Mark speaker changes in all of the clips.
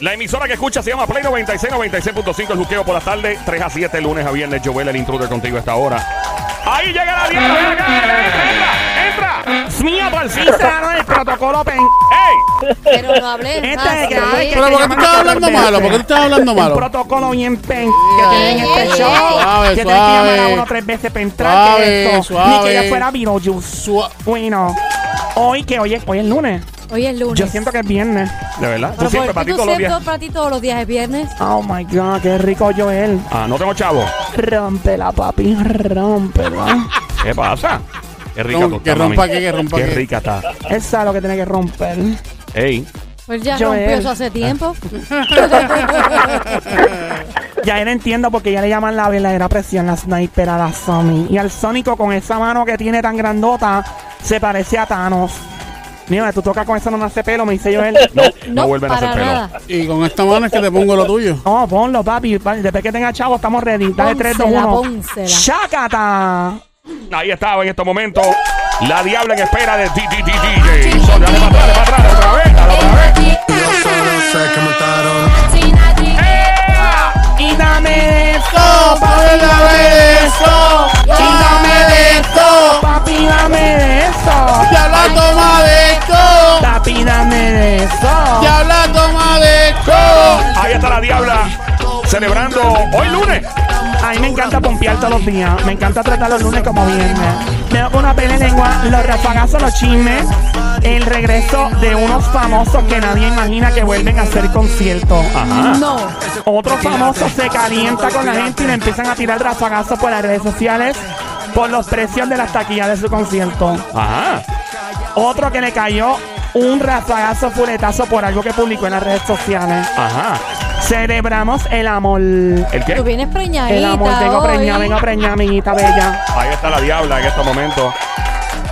Speaker 1: La emisora que escucha se llama Play 96, 96.5 El Juqueo por la tarde, 3 a 7, lunes a viernes Joel, el intruder contigo a esta hora Ahí llega la diabla, ven acá, entra, entra Mía, por fin cerraron el protocolo pen... ¡Ey!
Speaker 2: Pero no hables
Speaker 3: Este
Speaker 2: más,
Speaker 3: es que-
Speaker 2: ay,
Speaker 3: que-
Speaker 4: Pero ¿por qué tú estás hablando malo? ¿Por qué tú estás hablando
Speaker 3: Un
Speaker 4: malo?
Speaker 3: protocolo bien pen que
Speaker 2: Ey,
Speaker 3: tienen este
Speaker 2: ey,
Speaker 3: show.
Speaker 4: ey.
Speaker 3: que tienen
Speaker 4: Suave,
Speaker 3: que llamar a
Speaker 4: suave.
Speaker 3: uno tres veces para entrar. que
Speaker 4: Suave,
Speaker 3: esto. Ni que
Speaker 4: suave.
Speaker 3: yo fuera Beetlejuice.
Speaker 4: Sua-
Speaker 3: Bueno, hoy que hoy es, hoy es lunes.
Speaker 2: Hoy es lunes.
Speaker 3: Yo siento que es viernes.
Speaker 1: De verdad, tú
Speaker 2: Pero
Speaker 1: siempre,
Speaker 2: ¿por
Speaker 1: para
Speaker 2: qué
Speaker 1: ti
Speaker 2: tú
Speaker 1: todos los
Speaker 2: siempre
Speaker 1: días
Speaker 2: para ti todos los días es viernes?
Speaker 3: Oh my god, qué rico Joel.
Speaker 1: Ah, no tengo chavo
Speaker 3: Rómpela, papi, rómpela.
Speaker 1: ¿Qué pasa? Qué rica
Speaker 4: Rom-
Speaker 1: tú
Speaker 4: que
Speaker 1: estás,
Speaker 4: rompa
Speaker 1: mami.
Speaker 4: aquí, que rompa
Speaker 1: Qué
Speaker 4: aquí.
Speaker 1: rica está
Speaker 3: Esa es lo que tiene que romper.
Speaker 1: Ey,
Speaker 2: Pues ya
Speaker 3: Joel.
Speaker 2: rompió eso hace tiempo.
Speaker 3: Ya él entiendo porque ya le llaman la verdadera presión la sniper a la Sony. Y al Sónico con esa mano que tiene tan grandota, se parece a Thanos. Mira, tú tocas con eso no nace pelo, me dice Joel.
Speaker 1: no, no
Speaker 2: No,
Speaker 1: vuelven a
Speaker 2: para
Speaker 1: hacer pelo
Speaker 2: nada.
Speaker 4: Y con esta mano es que te pongo lo tuyo.
Speaker 3: No, ponlo, papi. pa- Después que tenga chavo, estamos ready. Dale 3, 2,
Speaker 2: Pónsela,
Speaker 3: 1.
Speaker 2: pónsela.
Speaker 3: ¡Chácata!
Speaker 1: Ahí estaba en estos momentos la diabla en espera de D- D- D- DJ. So, Dale para atrás, dale para atrás, otra vez, dale otra vez. ¡Ea!
Speaker 3: Y dame de eso,
Speaker 4: ¡Dame de eso!
Speaker 3: ¡Dame
Speaker 4: de esto!
Speaker 3: papi, dame de eso.
Speaker 4: ¡Diabla, toma de esto!
Speaker 3: Papi, dame de eso.
Speaker 4: ¡Diabla, toma de esto!
Speaker 1: Ahí está la diabla celebrando hoy lunes.
Speaker 3: A mí me encanta pompear todos los días. Me encanta tratar los lunes como viernes. Me hago una pele lengua, los rafagazos, los chismes. El regreso de unos famosos que nadie imagina que vuelven a hacer conciertos.
Speaker 1: Ajá.
Speaker 2: No.
Speaker 3: Otro famoso se calienta con la gente y le empiezan a tirar rafagazos por las redes sociales por los precios de las taquillas de su concierto.
Speaker 1: Ajá.
Speaker 3: Otro que le cayó un rafagazo fuletazo por algo que publicó en las redes sociales.
Speaker 1: Ajá.
Speaker 3: Celebramos el amor.
Speaker 1: ¿El
Speaker 2: Tú
Speaker 1: qué?
Speaker 2: vienes preñadita
Speaker 3: El amor, vengo
Speaker 2: hoy.
Speaker 3: preñada, vengo preñada, amiguita bella.
Speaker 1: Ahí está la diabla en este estos momentos.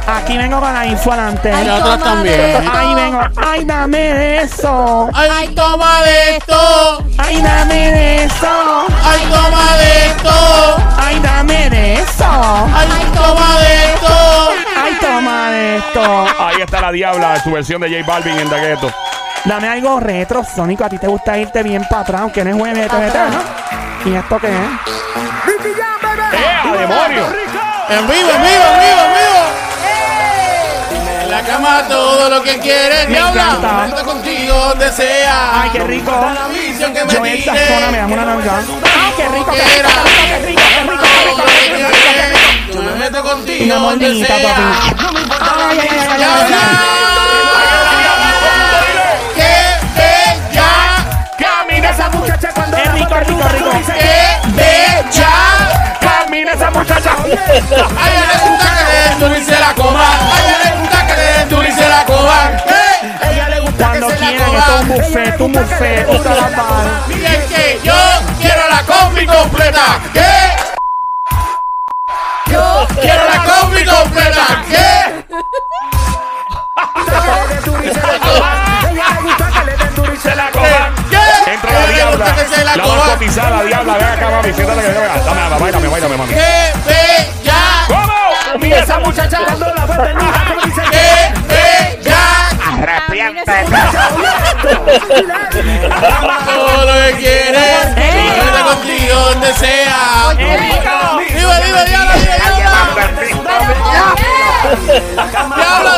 Speaker 3: Aquí vengo con la info adelante.
Speaker 2: Ay,
Speaker 4: Y atrás
Speaker 2: comadre,
Speaker 4: también.
Speaker 2: no.
Speaker 3: Ahí vengo. Ay, dame de eso.
Speaker 4: ¡Ay, toma de esto!
Speaker 3: Ay, dame de eso.
Speaker 4: ¡Ay, toma de esto!
Speaker 3: Ay, dame de eso.
Speaker 4: ¡Ay, toma de esto!
Speaker 3: Ay, toma de esto.
Speaker 1: Ahí está la diabla, su versión de J Balvin en Dagueto.
Speaker 3: Dame algo retro, Sónico. A ti te gusta irte bien para atrás, aunque no es jueves de TVT, ¿no? ¿Y esto qué es?
Speaker 1: ¡Ea, ¡Eh, demonio!
Speaker 4: En vivo, en vivo, en vivo, en vivo. En la cama todo lo que quieres,
Speaker 3: Me
Speaker 4: diabla.
Speaker 3: encanta.
Speaker 4: Momento contigo desea.
Speaker 3: Ay, qué rico.
Speaker 4: La visión que me
Speaker 3: Yo esta zona me da una nalga. Ay, qué rico, qué rico, qué rico, qué rico, qué rico, qué rico, qué rico.
Speaker 4: Yo me meto contigo
Speaker 3: Una
Speaker 4: donde
Speaker 3: mordidita,
Speaker 4: sea.
Speaker 3: papi. Ay, ay, ay, ay, ay, ay.
Speaker 4: Diabla, qué bella,
Speaker 1: ¡Camina esa muchacha!
Speaker 3: Es rico, rico, rico.
Speaker 4: qué bella.
Speaker 1: ¡Camina esa muchacha!
Speaker 4: Ay, a la puta que le den tú ni se la comas. Ay, a la puta que le den tú ni se la comas. Eh.
Speaker 3: Cuando quieran, esto es un buffet, tu buffet, un salapán.
Speaker 4: Miren que yo quiero la combi completa. ¿Qué? Yo quiero la combi completa. ¿Qué?
Speaker 1: ¡Se la coman!
Speaker 4: ¿Qué?
Speaker 1: Entra la
Speaker 4: ¿Qué le gusta
Speaker 1: diabla.
Speaker 4: que se la
Speaker 1: La va a
Speaker 4: coman?
Speaker 1: cotizar la diabla. Ven acá, mami. Siéntate que venga. Dame, dame, bailame, bailame, mami.
Speaker 4: ¡Qué bella!
Speaker 1: ¿Cómo? Mira esa muchacha
Speaker 4: ¡Qué bella! Todo lo que quieres.
Speaker 3: ¡Eh!
Speaker 4: Yo estoy contigo donde sea.
Speaker 3: Es rico.
Speaker 4: ¡Viva, viva, diabla, viva, diabla! ¡Diabla,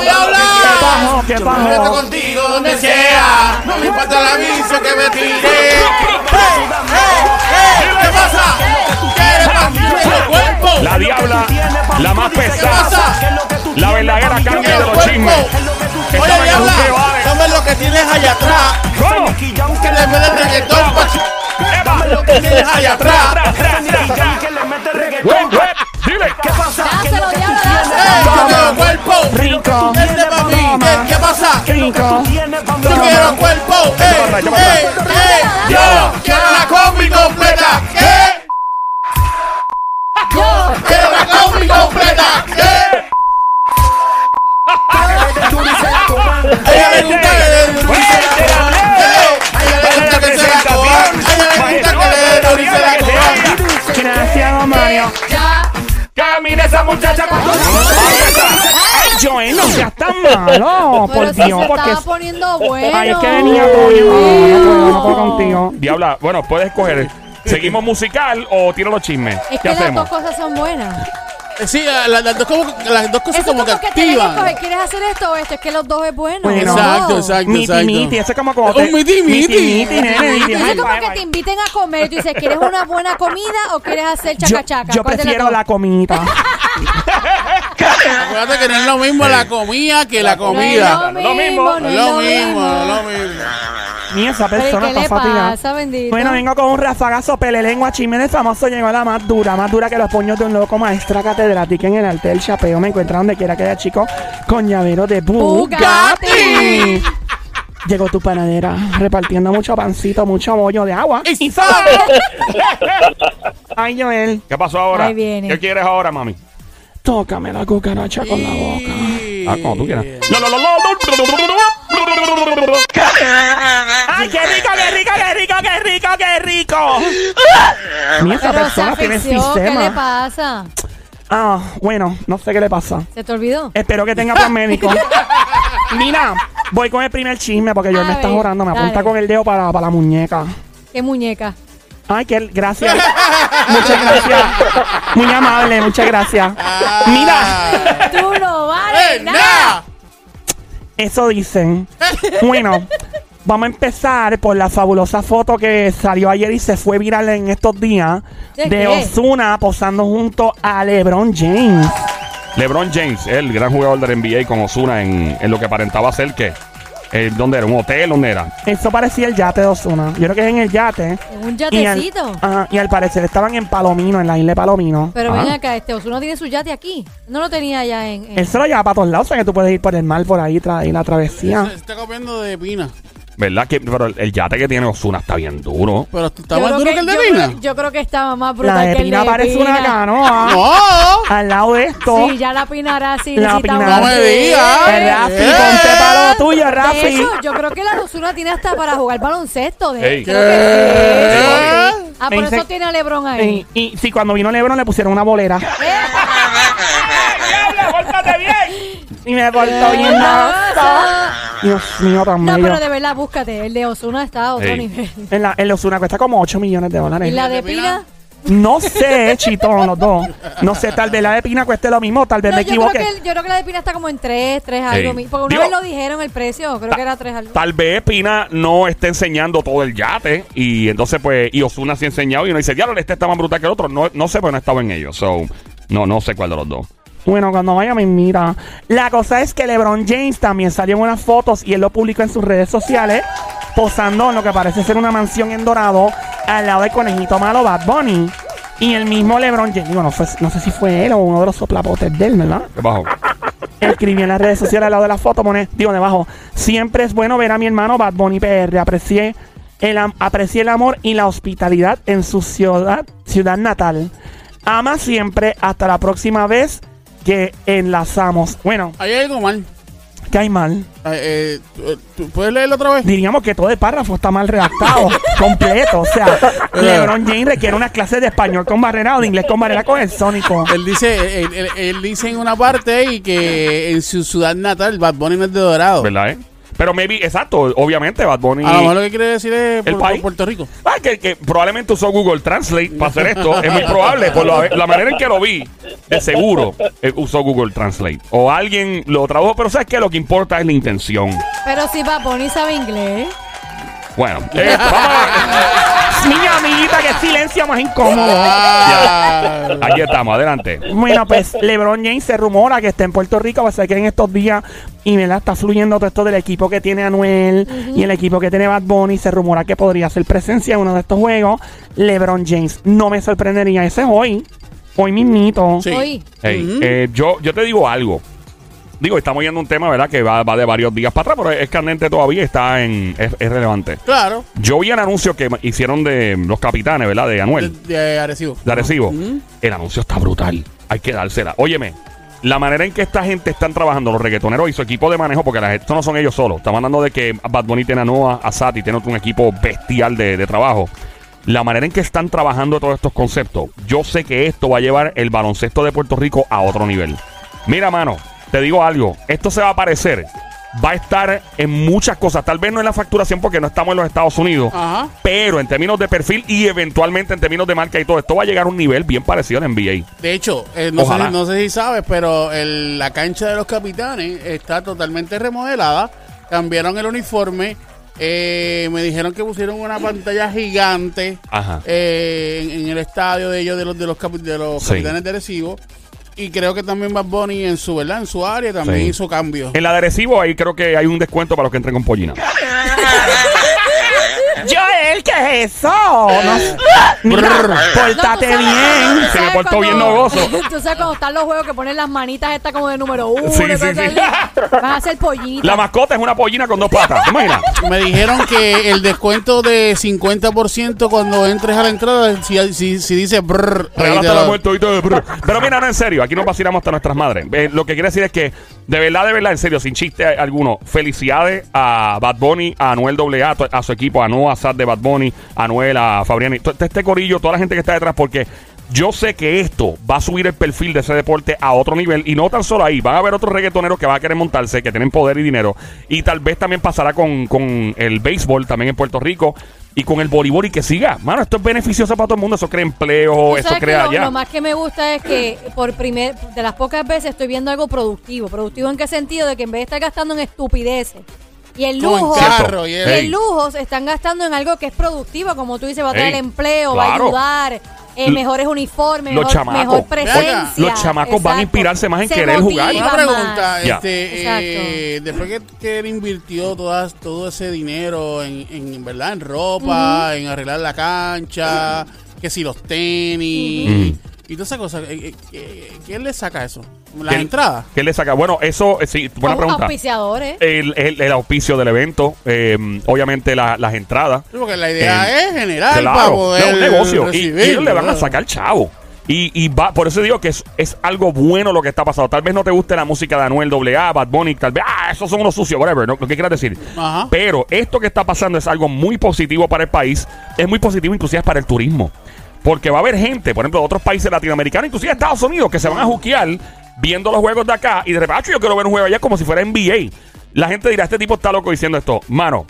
Speaker 3: ¿Qué
Speaker 4: diabla!
Speaker 3: pasó? ¿Qué
Speaker 4: Yo estoy
Speaker 3: pasó?
Speaker 4: contigo donde sea. No me importa la aviso que me tire. ¡Hey! ¡Hey! ¿Qué pasa? ¿Qué le pasa al cuerpo?
Speaker 1: La diabla, la más
Speaker 4: ¿Qué
Speaker 1: pesada,
Speaker 4: pasa?
Speaker 1: la verdadera carne de
Speaker 4: El
Speaker 1: los
Speaker 4: cuerpo.
Speaker 1: chismes.
Speaker 4: Oye,
Speaker 1: Estaba en
Speaker 4: diabla,
Speaker 1: un debate.
Speaker 4: dame lo que tienes allá atrás.
Speaker 1: ¿Cómo?
Speaker 4: Que le vez del reggaetón, pa' ch-
Speaker 1: ¡Epa!
Speaker 4: que tienes allá atrás.
Speaker 1: Tra, tra, tra, tra. Web, web. ¡Dile!
Speaker 2: Dáselo, diablo,
Speaker 4: ¡Ey!
Speaker 2: dáselo.
Speaker 4: Yo quiero cuerpo.
Speaker 3: Rico,
Speaker 4: Este pa' mí. ¿Qué- ¿Qué pasa?
Speaker 3: rico.
Speaker 4: Yo quiero cuerpo. ¡Ey!
Speaker 1: para atrás,
Speaker 4: ¡Ey! ¡Ey! Yo quiero la combi completa. ¿Qué? Yo quiero la combi completa. ¿Qué? A ella le gusta que le den dulce la cojan. ¡Ey! A ella le gusta que se la cojan. A ella le gusta que le den dulce la cojan.
Speaker 3: Gracias, don Mario.
Speaker 1: Camina esa muchacha cuando
Speaker 3: Ay, Joel, no seas tan malo.
Speaker 2: Pero
Speaker 3: malo, por
Speaker 2: si
Speaker 3: Dios,
Speaker 2: se
Speaker 3: porque.
Speaker 2: estaba poniendo bueno.
Speaker 3: Ay, es que venía todo bien. No, no puedo, no puedo contigo.
Speaker 1: Diabla, bueno, puedes escoger. ¿Seguimos musical o tiro los chismes?
Speaker 2: Es
Speaker 1: ¿Qué
Speaker 2: que las
Speaker 1: hacemos?
Speaker 2: dos cosas son buenas.
Speaker 5: Sí, la- la- las, dos como- las dos cosas
Speaker 2: Eso
Speaker 5: como que
Speaker 2: tienes que
Speaker 5: activan.
Speaker 2: escoger, ¿quieres hacer esto o esto? Es que los dos es bueno.
Speaker 3: Bueno.
Speaker 5: Exacto,
Speaker 2: No.
Speaker 5: exacto,
Speaker 3: Miti, miti,
Speaker 5: exacto.
Speaker 3: eso es como como.
Speaker 5: Un
Speaker 3: te-
Speaker 5: miti, miti.
Speaker 3: miti, nene, miti,
Speaker 2: Entonces
Speaker 3: ay,
Speaker 2: Ah, como
Speaker 3: bye,
Speaker 2: que
Speaker 3: bye.
Speaker 2: te inviten a comer. Tú dices, ¿quieres una buena comida o quieres hacer
Speaker 3: Yo,
Speaker 2: chacachaca?
Speaker 3: yo
Speaker 2: ¿Cuál de las
Speaker 3: prefiero
Speaker 2: dos?
Speaker 3: la comidita.
Speaker 5: Acuérdate que no es lo mismo la comida que la
Speaker 2: No es
Speaker 5: comida.
Speaker 1: Lo
Speaker 2: Lo
Speaker 1: mismo.
Speaker 2: mismo,
Speaker 5: No
Speaker 2: no
Speaker 5: es
Speaker 2: es
Speaker 5: lo mismo, no es lo mismo.
Speaker 3: Ni esa
Speaker 2: Pero, ¿y
Speaker 3: persona
Speaker 2: ¿Qué
Speaker 3: está
Speaker 2: le
Speaker 3: fatigada.
Speaker 2: pasa, bendito?
Speaker 3: Bueno, vengo con un rafagazo pelelengua Jiménez famoso llegó a la más dura, más dura que los puños de un loco maestra catedrática en el arte del chapeo. Me encuentra donde quiera que haya chico con llavero de Bugatti.
Speaker 2: Bugatti.
Speaker 3: Llegó tu panadera repartiendo mucho pancito, mucho bollo de agua.
Speaker 5: Y
Speaker 3: Ay, Joel,
Speaker 1: ¿Qué pasó ahora?
Speaker 2: Ahí viene.
Speaker 1: ¿Qué quieres ahora, mami?
Speaker 3: tócame la cucaracha con la boca.
Speaker 1: Ah, como tú quieras.
Speaker 3: ¡Ay, qué rico, qué rico, qué rico, qué rico, qué rico! Mira, esa
Speaker 2: Pero se
Speaker 3: persona tiene
Speaker 2: asfixió, ¿qué le
Speaker 3: sistema.
Speaker 2: pasa?
Speaker 3: Ah, bueno, no sé qué le pasa.
Speaker 2: ¿Se te olvidó?
Speaker 3: Espero que tenga plan médico. Mira, voy con el primer chisme porque yo
Speaker 2: A
Speaker 3: me está
Speaker 2: ver,
Speaker 3: orando. Me apunta
Speaker 2: dale.
Speaker 3: con el dedo para, para la muñeca.
Speaker 2: ¿Qué muñeca?
Speaker 3: Ay, qué gracias. muchas gracias. Muy amable, muchas gracias.
Speaker 2: Ah.
Speaker 5: Ah.
Speaker 3: Mira,
Speaker 2: Tú no
Speaker 5: ¡Eh,
Speaker 2: vales nada.
Speaker 5: nada!
Speaker 3: eso dicen. Bueno, vamos a empezar por la fabulosa foto que salió ayer y se fue viral en estos días
Speaker 2: ¿De
Speaker 3: de
Speaker 2: qué?
Speaker 3: Osuna posando junto a LeBron James.
Speaker 1: LeBron James, el gran jugador del NBA con Osuna en, en lo que aparentaba ser que. eh, ¿Dónde era? ¿Un hotel? ¿Dónde era?
Speaker 3: Eso parecía el yate de Osuna. Yo creo que es en el yate.
Speaker 2: Es un
Speaker 3: Y al,
Speaker 2: yatecito.
Speaker 3: ajá, y al parecer estaban en Palomino, en la isla de Palomino.
Speaker 2: Pero
Speaker 1: Ajá.
Speaker 2: ven acá, este Osuna tiene su yate aquí. No lo tenía allá en. en-
Speaker 3: Él se lo lleva para todos lados, o sea que tú puedes ir por el mar por ahí, tra y la
Speaker 5: Se
Speaker 3: travesía.
Speaker 5: está comiendo de Pina.
Speaker 1: ¿Verdad? Que, pero el, el yate que tiene Osuna está bien duro.
Speaker 5: Pero está
Speaker 2: Yo
Speaker 5: más
Speaker 2: creo
Speaker 5: duro que el de
Speaker 2: yo
Speaker 5: Pina.
Speaker 2: creo- Yo creo que estaba más
Speaker 3: La
Speaker 2: brutal
Speaker 3: de
Speaker 2: que el de
Speaker 3: Pina parece una
Speaker 2: Pina.
Speaker 3: canoa.
Speaker 5: ¡No!
Speaker 3: Al lado de esto,
Speaker 2: Sí, ya la pinará sí.
Speaker 3: La
Speaker 2: necesita
Speaker 3: Pinará.
Speaker 2: un-
Speaker 5: No me digas.
Speaker 2: Sí.
Speaker 3: el Rafi,
Speaker 5: ¡Eh!
Speaker 3: ponte para lo tuyo,
Speaker 2: De
Speaker 3: Rafi.
Speaker 2: hecho, yo creo que la Osuna tiene hasta para jugar baloncesto. De
Speaker 1: Ey.
Speaker 2: creo que sí. Ah,
Speaker 3: Me
Speaker 2: por
Speaker 3: dice-
Speaker 2: eso tiene a Lebron ahí. ¡Eh!
Speaker 3: Y, y sí, cuando vino Lebron le pusieron una bolera. Y me portó bien nada. Dios mío, tan
Speaker 2: No,
Speaker 3: bello.
Speaker 2: pero de verdad, búscate. El de Osuna está a otro
Speaker 1: Ey.
Speaker 2: nivel.
Speaker 3: En la, en Osuna cuesta como 8 millones de
Speaker 2: ¿Y
Speaker 3: dólares.
Speaker 2: la de
Speaker 5: de Pina?
Speaker 2: Pina?
Speaker 3: No sé, chitón, los dos. No sé, tal vez la de Pina cueste lo mismo, tal vez
Speaker 2: No,
Speaker 3: me
Speaker 2: yo, creo
Speaker 3: equivoqué.
Speaker 2: que, el- yo creo que la de Pina está como en 3, 3
Speaker 1: Ey.
Speaker 2: algo. mi- Porque una
Speaker 1: Digo-
Speaker 2: vez lo dijeron el precio, creo que era 3 algo.
Speaker 1: Tal vez Pina no esté enseñando todo el yate. Y entonces, pues, y Osuna sí ha enseñado. Y uno dice, diablo, este está más brutal que el otro. No, no sé, pero no estaba en ellos. So, no, no sé cuál de los dos.
Speaker 3: Bueno, cuando vaya me mira. La cosa es que LeBron James también salió en unas fotos y él lo publicó en sus redes sociales posando en lo que parece ser una mansión en Dorado al lado del conejito malo Bad Bunny. Y el mismo LeBron James, digo, no, fue, no sé si fue él o uno de los soplapotes de él, ¿verdad?
Speaker 1: ¿Qué bajo?
Speaker 3: Escribió en las redes sociales al lado de la foto, pone, digo, debajo, siempre es bueno ver a mi hermano Bad Bunny PR, aprecié el, am- aprecié el amor y la hospitalidad en su ciudad, ciudad natal. Ama siempre, hasta la próxima vez que enlazamos. Bueno,
Speaker 5: Ahí hay algo mal.
Speaker 3: que hay mal.
Speaker 5: Eh, eh, ¿tú- tú ¿Puedes leerlo otra vez?
Speaker 3: Diríamos que todo el párrafo está mal redactado, completo. O sea, LeBron James requiere una clase de español con barrera o de inglés con barrera con el sónico.
Speaker 5: Él dice, él, él- él dice en una parte y que en su ciudad natal Bad Bunny no es de Dorado.
Speaker 1: ¿Verdad, eh? Pero maybe, exacto, obviamente Bad Bunny.
Speaker 4: Ah,
Speaker 5: A lo mejor lo que quiere decir es
Speaker 1: ¿El
Speaker 5: por-
Speaker 1: país?
Speaker 5: por Puerto Rico.
Speaker 1: Ah, que, que probablemente usó Google Translate para hacer esto. Es muy probable. Por la, la manera en que lo vi, de seguro eh, usó Google Translate. O alguien lo tradujo. Pero sabes que lo que importa es la intención.
Speaker 2: Pero si Bad Bunny sabe inglés. ¿eh?
Speaker 1: Bueno, eh, vamos a-
Speaker 3: Mi amiguita, qué silencio más incómodo.
Speaker 5: Ah,
Speaker 1: Aquí estamos, adelante.
Speaker 3: Bueno, pues LeBron James se rumora que está en Puerto Rico, va a ser que en estos días y ¿verdad? está fluyendo todo esto del equipo que tiene Anuel y el equipo que tiene Bad Bunny. Se rumora que podría hacer presencia en uno de estos juegos. LeBron James, no me sorprendería. Ese es hoy, hoy mismito.
Speaker 5: Sí.
Speaker 2: Oí.
Speaker 1: Hey,
Speaker 5: Ujú.
Speaker 1: eh, yo, yo te digo algo. Digo, estamos yendo a un tema, ¿verdad? Que va, va de varios días para atrás, pero es candente todavía, está en, es, es relevante.
Speaker 5: Claro,
Speaker 1: Yo vi el anuncio que hicieron de los capitanes, ¿verdad? De
Speaker 5: de,
Speaker 1: Anuel.
Speaker 5: de Arecibo.
Speaker 1: de Arecibo. El anuncio está brutal. Hay que dársela. Óyeme, la manera en que esta gente están trabajando, los reggaetoneros y su equipo de manejo, porque la- esto no son ellos solos. Estamos hablando de que Bad Bunny tiene a Noah, a Sati, tiene un equipo bestial de, de trabajo. La manera en que están trabajando todos estos conceptos, yo sé que esto va a llevar el baloncesto de Puerto Rico a otro nivel. Mira, mano, Te digo algo, esto se va a aparecer. Va a estar en muchas cosas. Tal vez no en la facturación porque no estamos en los Estados Unidos.
Speaker 4: Ajá.
Speaker 1: Pero en términos de perfil y eventualmente en términos de marca y todo, esto va a llegar a un nivel bien parecido al NBA.
Speaker 4: De hecho, eh, no,
Speaker 1: Ojalá.
Speaker 4: sé, no sé si sabes, pero el- la cancha de los capitanes está totalmente remodelada. Cambiaron el uniforme. eh, me dijeron que pusieron una pantalla gigante
Speaker 1: Ajá.
Speaker 4: eh, en, en el estadio de ellos, de los, de los, capi- de los
Speaker 1: Sí.
Speaker 4: capitanes de Arecibo. Y creo que también Bad Bunny en su, ¿verdad? En su área también
Speaker 1: Sí.
Speaker 4: hizo cambios.
Speaker 1: El adhesivo ahí creo que hay un descuento para los que entren con pollina.
Speaker 3: Joel, ¿qué es eso? No, mira, pórtate
Speaker 2: tú sabes- tú
Speaker 3: bien.
Speaker 1: Se me
Speaker 2: sabes
Speaker 1: portó bien
Speaker 2: cuando-
Speaker 1: nogoso.
Speaker 2: Tú sabes cuando están los juegos que ponen las manitas estas como de número uno.
Speaker 1: Sí,
Speaker 2: y
Speaker 1: sí,
Speaker 2: cosas
Speaker 1: sí.
Speaker 2: así. Van a hacer pollitas.
Speaker 1: La mascota es una pollina con dos patas. ¿Te imaginas?
Speaker 4: Me dijeron que el descuento de 50% cuando entres a la entrada, si, si, si dice brrr, ahí
Speaker 1: Regalaste
Speaker 4: te
Speaker 1: la
Speaker 4: lo-
Speaker 1: muerte ahorita de- Pero mira, no, en serio, aquí nos vacilamos hasta nuestras madres. Eh, lo que quiero decir es que, de verdad, de verdad, en serio, sin chiste alguno, felicidades a Bad Bunny, a Anuel AA, a, to- a su equipo, a Noah, a Sad de Bad Bunny, a Anuel, a Fabriani, to- este corillo, toda la gente que está detrás, porque yo sé que esto va a subir el perfil de ese deporte a otro nivel y no tan solo ahí, van a haber otros reggaetoneros que van a querer montarse, que tienen poder y dinero, y tal vez también pasará con, con el béisbol también en Puerto Rico. Y con el voleibol y que siga. Mano, esto es beneficioso para todo el mundo. Eso crea empleo,
Speaker 2: Tú
Speaker 1: eso
Speaker 2: sabes que
Speaker 1: crea
Speaker 2: lo,
Speaker 1: ya.
Speaker 2: lo más que me gusta es que por primer de las pocas veces estoy viendo algo productivo. ¿Productivo en qué sentido? De que en vez de estar gastando en estupideces y el
Speaker 4: Como en
Speaker 2: lujo.
Speaker 4: carro. y
Speaker 2: Y
Speaker 4: el-
Speaker 2: el lujo se están gastando en algo que es productivo, como tú dices, va a traer
Speaker 1: Ey,
Speaker 2: empleo,
Speaker 1: claro.
Speaker 2: va a ayudar, eh,
Speaker 1: L-
Speaker 2: mejores uniformes,
Speaker 1: los
Speaker 2: mejor,
Speaker 1: chamacos.
Speaker 2: mejor presencia.
Speaker 1: Los chamacos van a inspirarse más en querer jugar.
Speaker 4: Una
Speaker 2: motivan
Speaker 4: pregunta,
Speaker 2: más.
Speaker 1: Ya.
Speaker 4: este, eh, después que, que él invirtió todas, todo ese dinero en, en, en verdad, en ropa, en arreglar la cancha, que si los tenis y todas esas cosas, eh, eh, eh, ¿quién le saca eso? Las
Speaker 1: ¿Qué-
Speaker 4: entradas.
Speaker 1: ¿Qué le saca? Bueno, eso, eh, sí, buena
Speaker 2: Au-
Speaker 1: pregunta.
Speaker 2: Auspiciadores.
Speaker 1: El, el- el auspicio del evento, eh, obviamente la- las entradas.
Speaker 4: Sí, Porque la idea
Speaker 1: Eh,
Speaker 4: es generar para
Speaker 1: claro,
Speaker 4: poder
Speaker 1: es un negocio. Y-
Speaker 4: recibir,
Speaker 1: y, ellos le van a
Speaker 4: ¿verdad?
Speaker 1: sacar chavo. Y, y va, por eso digo que es, es algo bueno lo que está pasando. Tal vez no te guste la música de Anuel AA, Bad Bunny, tal vez, ah, esos son unos sucios, whatever, ¿no? lo que quieras decir.
Speaker 4: Ajá.
Speaker 1: Pero esto que está pasando es algo muy positivo para el país, es muy positivo inclusive para el turismo. Porque va a haber gente, por ejemplo, de otros países latinoamericanos, inclusive de Estados Unidos, que se van a juquear viendo los juegos de acá y de repente, "Acho, yo quiero ver un juego allá como si fuera NBA. La gente dirá, este tipo está loco diciendo esto. Mano,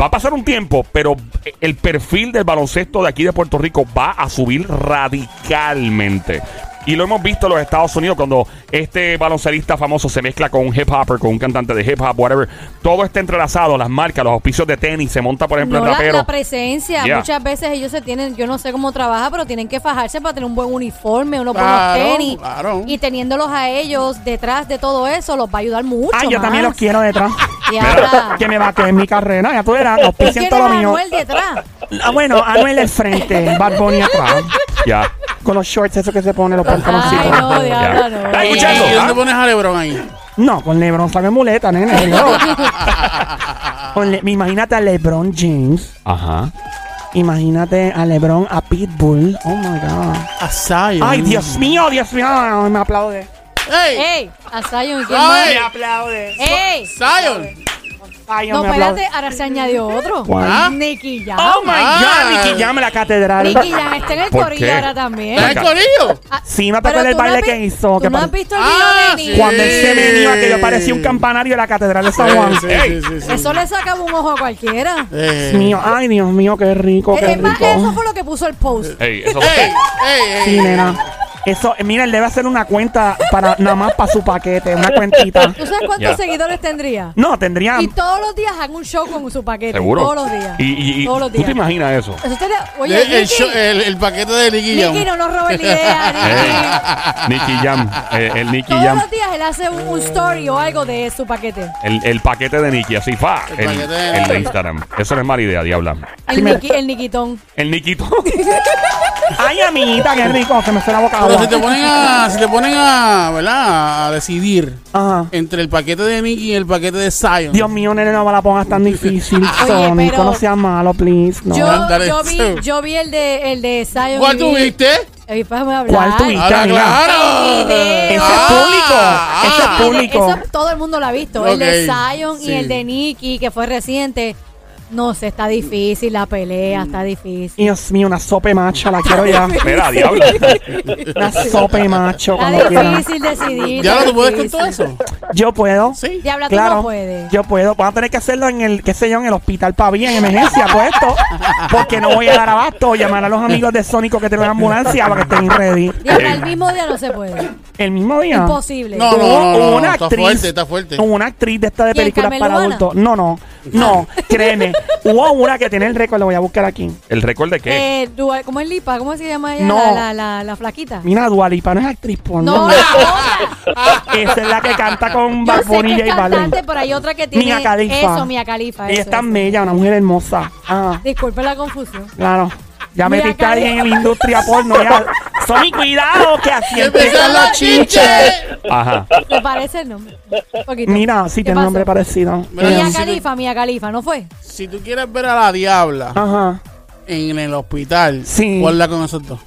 Speaker 1: va a pasar un tiempo, pero el perfil del baloncesto de aquí de Puerto Rico va a subir radicalmente. Y lo hemos visto en los Estados Unidos cuando este baloncelista famoso se mezcla con un hip hopper, con un cantante de hip hop, whatever. Todo está entrelazado, las marcas, los auspicios de tenis, se monta, por ejemplo,
Speaker 2: No,
Speaker 1: el
Speaker 2: la,
Speaker 1: rapero.
Speaker 2: la presencia.
Speaker 1: Yeah.
Speaker 2: Muchas veces ellos se tienen, yo no sé cómo trabaja, pero tienen que fajarse para tener un buen uniforme, unos
Speaker 4: Claro,
Speaker 2: buenos tenis.
Speaker 4: claro.
Speaker 2: Y teniéndolos a ellos detrás de todo eso, los va a ayudar mucho.
Speaker 3: Ay, yo
Speaker 2: más.
Speaker 3: también los quiero detrás.
Speaker 2: Y ahora,
Speaker 3: Que me bate en mi carrera. Ya tú verás,
Speaker 2: ¿tú
Speaker 3: auspician
Speaker 2: quieres
Speaker 3: todo
Speaker 2: a
Speaker 3: lo mío.
Speaker 2: Manuel detrás?
Speaker 3: Ah, Bueno, Anuel al frente, Bad Bunny atrás.
Speaker 1: Ya.
Speaker 3: Con los shorts, eso que se pone, los
Speaker 2: Ay,
Speaker 3: pantaloncitos.
Speaker 2: no, diablo, no.
Speaker 1: Ay,
Speaker 4: ¿Y,
Speaker 1: escucha eso,
Speaker 4: y dónde
Speaker 1: ¿ah?
Speaker 4: pones a Lebron ahí?
Speaker 3: No, con LeBron sabe muleta, nene. hello. Con Le- imagínate a LeBron James.
Speaker 1: Ajá.
Speaker 3: Imagínate a LeBron, a Pitbull. Oh my God.
Speaker 4: A Zion.
Speaker 3: Ay, Dios mío, Dios mío. Ay, me aplaude.
Speaker 4: ¡Ey!
Speaker 2: ¡Ey! A Zion, ¿quién más?
Speaker 4: ¡Ay!
Speaker 3: aplaude.
Speaker 2: ¡Ey!
Speaker 4: ¡Zion!
Speaker 3: Ay,
Speaker 2: Eh, No,
Speaker 3: me aplaude.
Speaker 2: espérate, ahora se añadió otro.
Speaker 4: ¿Ah?
Speaker 2: Nicky Jam.
Speaker 3: Oh my
Speaker 4: Ah.
Speaker 3: God, Nicky llama la catedral.
Speaker 2: Nicky Jam está en el
Speaker 1: ¿Por
Speaker 2: corillo
Speaker 1: qué?
Speaker 2: ahora también.
Speaker 4: ¿Está el corillo?
Speaker 2: Ah,
Speaker 3: Sí, no te
Speaker 2: pero
Speaker 3: acuerdas el
Speaker 2: tú no
Speaker 3: baile
Speaker 2: has
Speaker 3: que
Speaker 2: vi-
Speaker 3: hizo, que
Speaker 2: ¿Tú no
Speaker 3: pa-
Speaker 2: has visto el video
Speaker 4: Ah,
Speaker 2: de
Speaker 4: sí.
Speaker 2: Nicky?
Speaker 3: Cuando él se me dio, que yo parecía un campanario de la catedral de San Juan.
Speaker 4: Sí, sí, sí, sí.
Speaker 2: Eso le sacaba un ojo a cualquiera.
Speaker 4: Eh.
Speaker 3: Dios mío, ay, Dios mío, qué rico, qué
Speaker 2: Es más, eso
Speaker 3: rico.
Speaker 2: fue lo que puso el post.
Speaker 1: Ey, eso
Speaker 4: ¡Ey! ¡Ey!
Speaker 3: Sí, nena. Eso, eh, mira, él debe hacer una cuenta para nada más para su paquete, una cuentita.
Speaker 2: ¿Tú sabes cuántos
Speaker 1: Ya.
Speaker 2: seguidores tendría?
Speaker 3: No, tendría.
Speaker 2: Y todos los días hagan un show con su paquete.
Speaker 1: Seguro.
Speaker 2: Todos los días.
Speaker 1: Y, y- y-
Speaker 2: todos los
Speaker 1: tú
Speaker 2: días.
Speaker 1: te imaginas eso.
Speaker 2: Eso estaría-
Speaker 4: Eh, El,
Speaker 2: Oye,
Speaker 4: el
Speaker 2: Nicky,
Speaker 4: show- el- el paquete de Nicky Jam.
Speaker 2: Nicky, no nos robes la idea, Nicky.
Speaker 1: Ey, Eh, Nicky Jam. eh, el Nicky
Speaker 2: Todos
Speaker 1: Jam.
Speaker 2: los días él hace un, un story o algo de su paquete.
Speaker 1: El, el paquete de Nicky, así fa.
Speaker 4: El
Speaker 1: El,
Speaker 4: paquete de
Speaker 1: el de
Speaker 4: Nicky.
Speaker 1: Instagram. Eso no es mala idea, diabla.
Speaker 2: El, Nicky, el Niquitón.
Speaker 1: El Nikito.
Speaker 3: Ay, amiguita, qué rico, se me fue la boca
Speaker 4: Pero
Speaker 3: agua.
Speaker 4: si te ponen a, si te ponen a, ¿verdad? A decidir
Speaker 3: Ajá.
Speaker 4: entre el paquete de Nicky y el paquete de Zion.
Speaker 3: Dios mío, nene, no me la pongas tan difícil. Sonic,
Speaker 2: pero-
Speaker 3: no seas malo, please. No.
Speaker 2: Yo,
Speaker 4: ándale.
Speaker 2: yo vi, yo vi el de, el de Zion.
Speaker 4: ¿Cuál
Speaker 2: y vi-
Speaker 4: tuviste?
Speaker 2: Ey, déjame hablar.
Speaker 3: ¿Cuál tuviste?
Speaker 4: Ahora,
Speaker 3: mira.
Speaker 4: claro.
Speaker 2: Ese
Speaker 3: Eso
Speaker 4: Ah,
Speaker 3: es público.
Speaker 4: ah.
Speaker 3: eso es público.
Speaker 2: Eso todo el mundo lo ha visto. El de
Speaker 4: Ok,
Speaker 2: Zion
Speaker 4: sí.
Speaker 2: y el de Nicky, que fue reciente. No sé, está difícil la
Speaker 3: Mm.
Speaker 2: pelea, está difícil.
Speaker 3: Dios mío, una sope macha, la quiero ya.
Speaker 1: Mira, diablo.
Speaker 3: Una sope macho,
Speaker 2: Está
Speaker 3: cuando quiera.
Speaker 2: difícil decidir.
Speaker 4: ¿Ya
Speaker 2: está
Speaker 4: no tú puedes con todo
Speaker 2: difícil.
Speaker 4: eso?
Speaker 3: Yo puedo.
Speaker 4: Sí.
Speaker 2: Diabla, tú
Speaker 3: Claro,
Speaker 2: no puedes.
Speaker 3: yo puedo. Voy a tener que hacerlo en el, qué sé yo, en el hospital Pavía, en emergencia, puesto. Porque no voy a dar abasto o llamar a los amigos de Sónico que tienen ambulancia para que estén ready.
Speaker 2: Diabla, el mismo día no se puede.
Speaker 3: El mismo día.
Speaker 2: Imposible. Eh,
Speaker 4: No, no, no, no,
Speaker 3: Hubo
Speaker 4: no, está fuerte, está fuerte.
Speaker 3: hubo una actriz de esta
Speaker 2: ¿Y
Speaker 3: de
Speaker 2: el
Speaker 3: películas para
Speaker 2: Carmelo
Speaker 3: adultos. No, no, no, créeme. Hubo una que tiene el récord, lo voy a buscar aquí.
Speaker 1: ¿El récord de qué?
Speaker 2: Eh, Dua- ¿Cómo es Lipa? ¿Cómo se llama ella?
Speaker 3: No.
Speaker 2: La, la, la, la flaquita.
Speaker 3: Mira, Dualipa no es actriz
Speaker 2: No,
Speaker 3: porno.
Speaker 2: la otra.
Speaker 3: Esa es la que canta con
Speaker 2: Yo
Speaker 3: Bad
Speaker 2: sé
Speaker 3: Bunny
Speaker 2: que
Speaker 3: y
Speaker 2: es
Speaker 3: J
Speaker 2: cantante,
Speaker 3: Balvin.
Speaker 2: pero hay otra que tiene...
Speaker 3: Mia Khalifa.
Speaker 2: Eso, Mia Khalifa.
Speaker 3: Ella
Speaker 2: eso,
Speaker 3: es tan
Speaker 2: eso.
Speaker 3: bella, una mujer hermosa. Ah,
Speaker 2: Disculpe la confusión.
Speaker 3: claro. Ya
Speaker 2: Mia
Speaker 3: metiste ahí
Speaker 2: Khalifa.
Speaker 3: en la industria porno. Ya. Sony, cuidado, que así
Speaker 4: ¡Que
Speaker 3: empieza-
Speaker 4: pegan los chinches!
Speaker 1: Ajá.
Speaker 2: ¿Te parece el nombre? Un poquito.
Speaker 3: Mira, sí,
Speaker 2: ¿Qué
Speaker 3: tiene un
Speaker 2: pasó?
Speaker 3: nombre parecido.
Speaker 4: Mira,
Speaker 2: Mía
Speaker 4: Sí.
Speaker 2: Califa, Mía Califa, ¿no fue?
Speaker 4: Si tú quieres ver a la diabla
Speaker 3: Ajá.
Speaker 4: en el hospital,
Speaker 3: Sí.
Speaker 4: guarda con nosotros.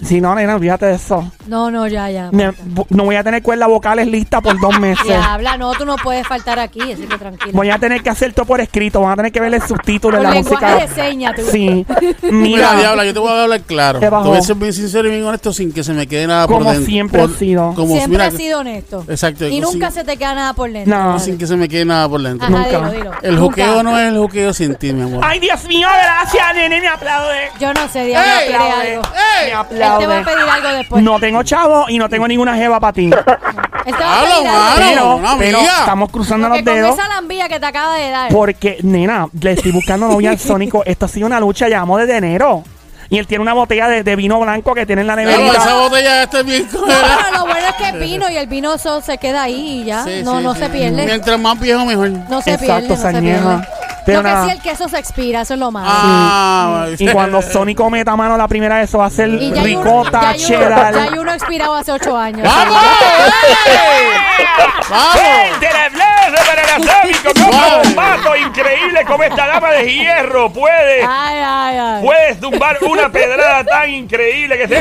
Speaker 3: Si no, nena, olvídate de eso.
Speaker 2: No, no, ya, ya.
Speaker 3: Me- no voy a tener cuerdas vocales lista por dos meses.
Speaker 2: Ya habla, no, tú no puedes faltar aquí, así que tranquila.
Speaker 3: Voy a tener que hacer todo por escrito. Van a tener que ver el subtítulo en
Speaker 2: Con
Speaker 3: la
Speaker 2: lenguaje
Speaker 3: música.
Speaker 2: de señas, tú.
Speaker 3: Sí.
Speaker 4: Mira,
Speaker 3: Mira.
Speaker 4: diabla, yo te voy a hablar claro.
Speaker 3: Te
Speaker 4: Te
Speaker 3: bajó.
Speaker 4: voy a ser bien sincero y bien honesto sin que se me quede nada
Speaker 3: Como
Speaker 4: por dentro.
Speaker 3: siempre
Speaker 4: Por-
Speaker 3: has sido.
Speaker 4: Como
Speaker 2: Siempre
Speaker 4: mira,
Speaker 2: has sido honesto.
Speaker 4: Exacto,
Speaker 2: Y
Speaker 4: como
Speaker 2: nunca
Speaker 4: si-
Speaker 2: se te queda nada por dentro.
Speaker 3: No.
Speaker 2: Dale.
Speaker 4: Sin que se me quede nada por dentro.
Speaker 2: Ajá,
Speaker 3: nunca.
Speaker 2: dilo, dilo.
Speaker 4: El
Speaker 2: Nunca.
Speaker 4: juqueo no es el juqueo sin ti, mi amor.
Speaker 3: Ay, Dios mío, gracias, nene, me aplaude.
Speaker 2: Yo no sé, Diana,
Speaker 4: ¡Ey!
Speaker 2: pide algo.
Speaker 3: Me
Speaker 2: Él te va a
Speaker 3: aplaude. Pues-
Speaker 2: pedir algo después.
Speaker 3: No tengo chavo y no tengo ninguna jeva para ti.
Speaker 2: Él te Este va a pedir
Speaker 4: Habla,
Speaker 2: algo.
Speaker 4: mano.
Speaker 3: Pero,
Speaker 4: una
Speaker 3: pero
Speaker 4: amiga.
Speaker 3: estamos cruzando los
Speaker 2: Porque con
Speaker 3: dedos.
Speaker 2: esa lambilla que te acaba de dar.
Speaker 3: Porque, nena, le estoy buscando novia al Sónico. Esto ha sido una lucha, llevamos desde enero. Y él tiene una botella de, de vino blanco que tiene en la
Speaker 4: Diabla, esa
Speaker 3: neverita.
Speaker 4: botella está bien
Speaker 2: No,
Speaker 4: cruel.
Speaker 2: pero lo bueno es que es vino y el vino so- se queda ahí y ya.
Speaker 4: Sí,
Speaker 2: no,
Speaker 4: sí,
Speaker 2: no
Speaker 4: sí.
Speaker 2: se pierde.
Speaker 4: Mientras más viejo, mejor.
Speaker 2: No se
Speaker 3: Exacto,
Speaker 2: pierde, no se
Speaker 3: Sañeja.
Speaker 2: pierde.
Speaker 3: Pero
Speaker 2: lo que
Speaker 3: nada.
Speaker 2: sí, el queso se expira, eso es lo malo.
Speaker 4: Ah,
Speaker 3: Y cuando Sónico meta mano la primera vez, eso va a ser
Speaker 2: y ya hay uno- ya
Speaker 3: ricota,
Speaker 2: hay uno,
Speaker 3: cheddar.
Speaker 2: ya hay uno expirado hace ocho años.
Speaker 4: ¡Vamos! ¡Vamos!
Speaker 1: ¡Gente, el aplauso para el aplauso! ¡Cómo un pato increíble como esta dama de hierro puede!
Speaker 2: Ay, ay, ay.
Speaker 1: Puedes tumbar una pedrada tan increíble que se.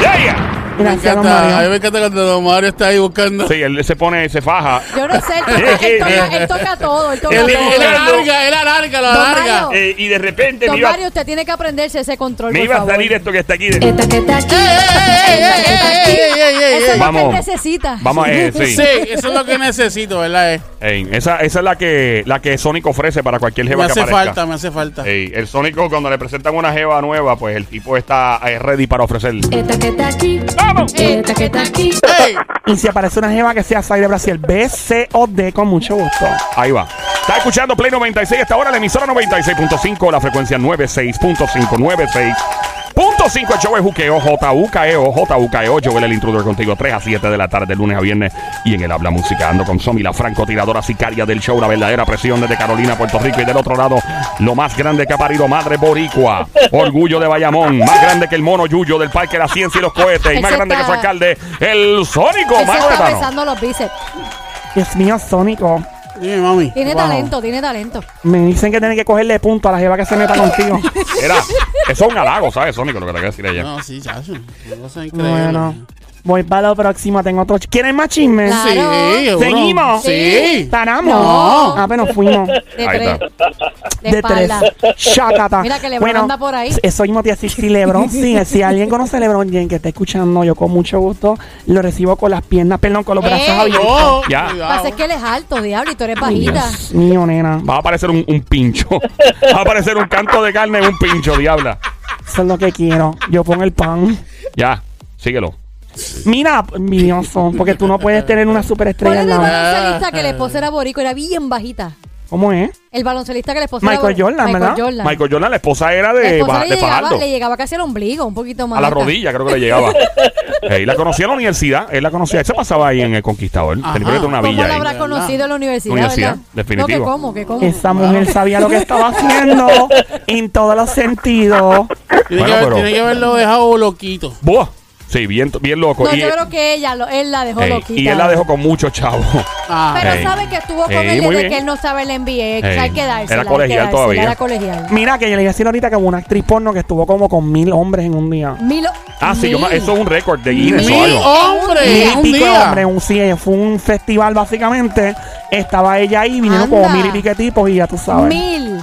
Speaker 1: ¡Leia!
Speaker 4: Me
Speaker 3: Gracias, don
Speaker 4: encanta, a mí
Speaker 3: Mario.
Speaker 4: me encanta cuando Don Mario está ahí buscando.
Speaker 1: Sí, él se pone, se faja.
Speaker 2: Yo no sé, él toca, él toca- él toca todo, él toca
Speaker 4: Él, él
Speaker 2: todo.
Speaker 4: alarga, él alarga, lo
Speaker 2: Don
Speaker 4: alarga.
Speaker 2: Mario.
Speaker 1: eh, y de repente me
Speaker 2: Don
Speaker 1: iba,
Speaker 2: Mario, usted tiene que aprenderse ese control,
Speaker 1: me
Speaker 2: por
Speaker 1: iba a
Speaker 2: favor.
Speaker 1: salir esto que está aquí. de-
Speaker 6: Esta que está aquí.
Speaker 4: ¡Ey, ey, ey, ey, ey, ey, ey,
Speaker 2: Eso es
Speaker 4: ey!
Speaker 2: lo que él
Speaker 1: Vamos.
Speaker 2: necesita.
Speaker 1: Vamos a eh, sí.
Speaker 4: Sí, eso es lo que necesito, ¿verdad? eh?
Speaker 1: Ey, esa, esa es la que, la que Sonic ofrece para cualquier
Speaker 4: Me
Speaker 1: jeva que
Speaker 4: hace
Speaker 1: aparezca.
Speaker 4: falta, me hace falta.
Speaker 1: Ey, el Sónico cuando le presentan una jeva nueva, pues el tipo está eh, ready para ofrecer.
Speaker 6: Esta que está aquí.
Speaker 1: ¡Vamos!
Speaker 6: Esta que está aquí.
Speaker 4: ¡Ey!
Speaker 3: Y si aparece una jeva que sea Sai de Brasil, B, C o D, con mucho gusto.
Speaker 1: Ahí va. Está escuchando Play 96 hasta ahora, la emisora 96.5, la frecuencia 96.596. Punto 5, el show es Juqueo, J-U-K-E-O, J-U-K-E-O, Joel E el intruder contigo, 3 a 7 de la tarde, lunes a viernes, y en el Habla Música, ando con Somi, la francotiradora sicaria del show, la verdadera presión desde Carolina, Puerto Rico, y del otro lado, lo más grande que ha parido Madre Boricua, orgullo de Bayamón, más grande que el mono Yuyo del Parque de la Ciencia y los Cohetes, y más
Speaker 2: Ese
Speaker 1: grande que
Speaker 2: está-
Speaker 1: su alcalde, el Sónico,
Speaker 2: Él se
Speaker 1: Mago de
Speaker 2: está
Speaker 1: Tano.
Speaker 2: besando los bíceps.
Speaker 3: Dios mío, Sónico.
Speaker 4: Dime, mami.
Speaker 2: Tiene
Speaker 3: Wow.
Speaker 2: talento, tiene talento.
Speaker 3: Me dicen que tiene que cogerle punto a la jeva que se meta contigo.
Speaker 1: Era, eso es un halago, ¿sabes, Sónico? Lo que te quiero decir ella.
Speaker 4: No, sí, chacho. Una cosa increíble.
Speaker 3: bueno, voy para lo próximo. Tengo otro. ch- ¿Quieren más chismes?
Speaker 2: Claro.
Speaker 4: Sí, seguro.
Speaker 3: ¿Seguimos?
Speaker 4: Sí.
Speaker 3: ¿Paramos?
Speaker 2: No.
Speaker 3: Ah, pero fuimos.
Speaker 2: De
Speaker 1: Ahí
Speaker 2: tres.
Speaker 1: está.
Speaker 2: De,
Speaker 3: De tres.
Speaker 2: espalda.
Speaker 3: Shakata.
Speaker 2: Mira que Lebron anda por ahí.
Speaker 3: Eso mismo te iba a decir. Si Lebron, sí, si alguien conoce a Lebron James que está escuchando, yo con mucho gusto lo recibo con las piernas, perdón, con los brazos
Speaker 2: ¡Ey!
Speaker 3: abiertos.
Speaker 4: Oh,
Speaker 1: Ya.
Speaker 2: Lo que pasa
Speaker 4: cuidado.
Speaker 2: es que él es alto, diablo, y tú eres bajita.
Speaker 3: Dios mío, nena.
Speaker 1: Va a aparecer un, un pincho. Va a aparecer un canto de carne en un pincho, diabla.
Speaker 3: Eso es lo que quiero. Yo pongo el pan.
Speaker 1: Ya, síguelo.
Speaker 3: Mira, envidioso, porque tú no puedes tener una superestrella
Speaker 2: ¿Cuál
Speaker 3: al
Speaker 2: era el
Speaker 3: lado.
Speaker 2: baloncelista que la esposa era borico? Era bien bajita.
Speaker 3: ¿Cómo es?
Speaker 2: El baloncelista que la esposa
Speaker 3: Michael
Speaker 2: era borico.
Speaker 3: Jordan,
Speaker 2: Michael
Speaker 3: ¿verdad?
Speaker 2: Jordan.
Speaker 1: Michael Jordan, la esposa era
Speaker 2: La
Speaker 1: de,
Speaker 2: esposa
Speaker 1: Ba-
Speaker 2: le,
Speaker 1: de
Speaker 2: llegaba,
Speaker 1: Fajardo.
Speaker 2: le llegaba casi al ombligo, un poquito más.
Speaker 1: A la
Speaker 2: acá.
Speaker 1: rodilla creo que le llegaba. Y la conocía en la universidad. Él la conocía. Él se pasaba ahí en el Conquistador.
Speaker 4: Ajá.
Speaker 1: Tenía que tener una
Speaker 2: ¿Cómo
Speaker 1: villa
Speaker 2: la
Speaker 1: ahí.
Speaker 2: habrás conocido en la universidad?
Speaker 1: Universidad,
Speaker 2: ¿verdad?
Speaker 1: definitivo.
Speaker 2: No, que cómo, que cómo.
Speaker 3: Esa mujer sabía lo que estaba haciendo en todos los sentidos.
Speaker 4: Tiene,
Speaker 1: Bueno,
Speaker 4: que haber-
Speaker 1: pero-
Speaker 4: tiene que haberlo dejado loquito.
Speaker 1: ¡Buah! Sí, bien, bien loco.
Speaker 2: No,
Speaker 1: y,
Speaker 2: yo creo que ella, lo- él la dejó
Speaker 1: ey,
Speaker 2: loquita.
Speaker 1: y él la dejó con mucho chavo.
Speaker 4: Ah,
Speaker 2: Pero
Speaker 1: Ey.
Speaker 2: sabe que estuvo con
Speaker 1: Ey,
Speaker 2: él
Speaker 1: muy
Speaker 2: desde
Speaker 1: bien.
Speaker 2: que él no sabe el NBA.
Speaker 1: Ey.
Speaker 2: que Hay que darse.
Speaker 1: Era colegial todavía.
Speaker 2: Era colegial.
Speaker 3: Mira, que yo le dije así ahorita que hubo una actriz porno que estuvo como con mil hombres en un día.
Speaker 2: Milo,
Speaker 1: Ah, sí, yo
Speaker 2: Mil.
Speaker 1: ma- eso es un récord de Guinness
Speaker 4: ¡Mil
Speaker 1: o algo.
Speaker 4: hombres!
Speaker 3: Mil
Speaker 4: en
Speaker 3: y
Speaker 4: un
Speaker 3: pico de
Speaker 4: día.
Speaker 3: hombres, un sí, fue un festival básicamente. Estaba ella ahí, vinieron como
Speaker 2: Anda.
Speaker 3: mil y pico de tipos y ya tú sabes.
Speaker 2: Mil.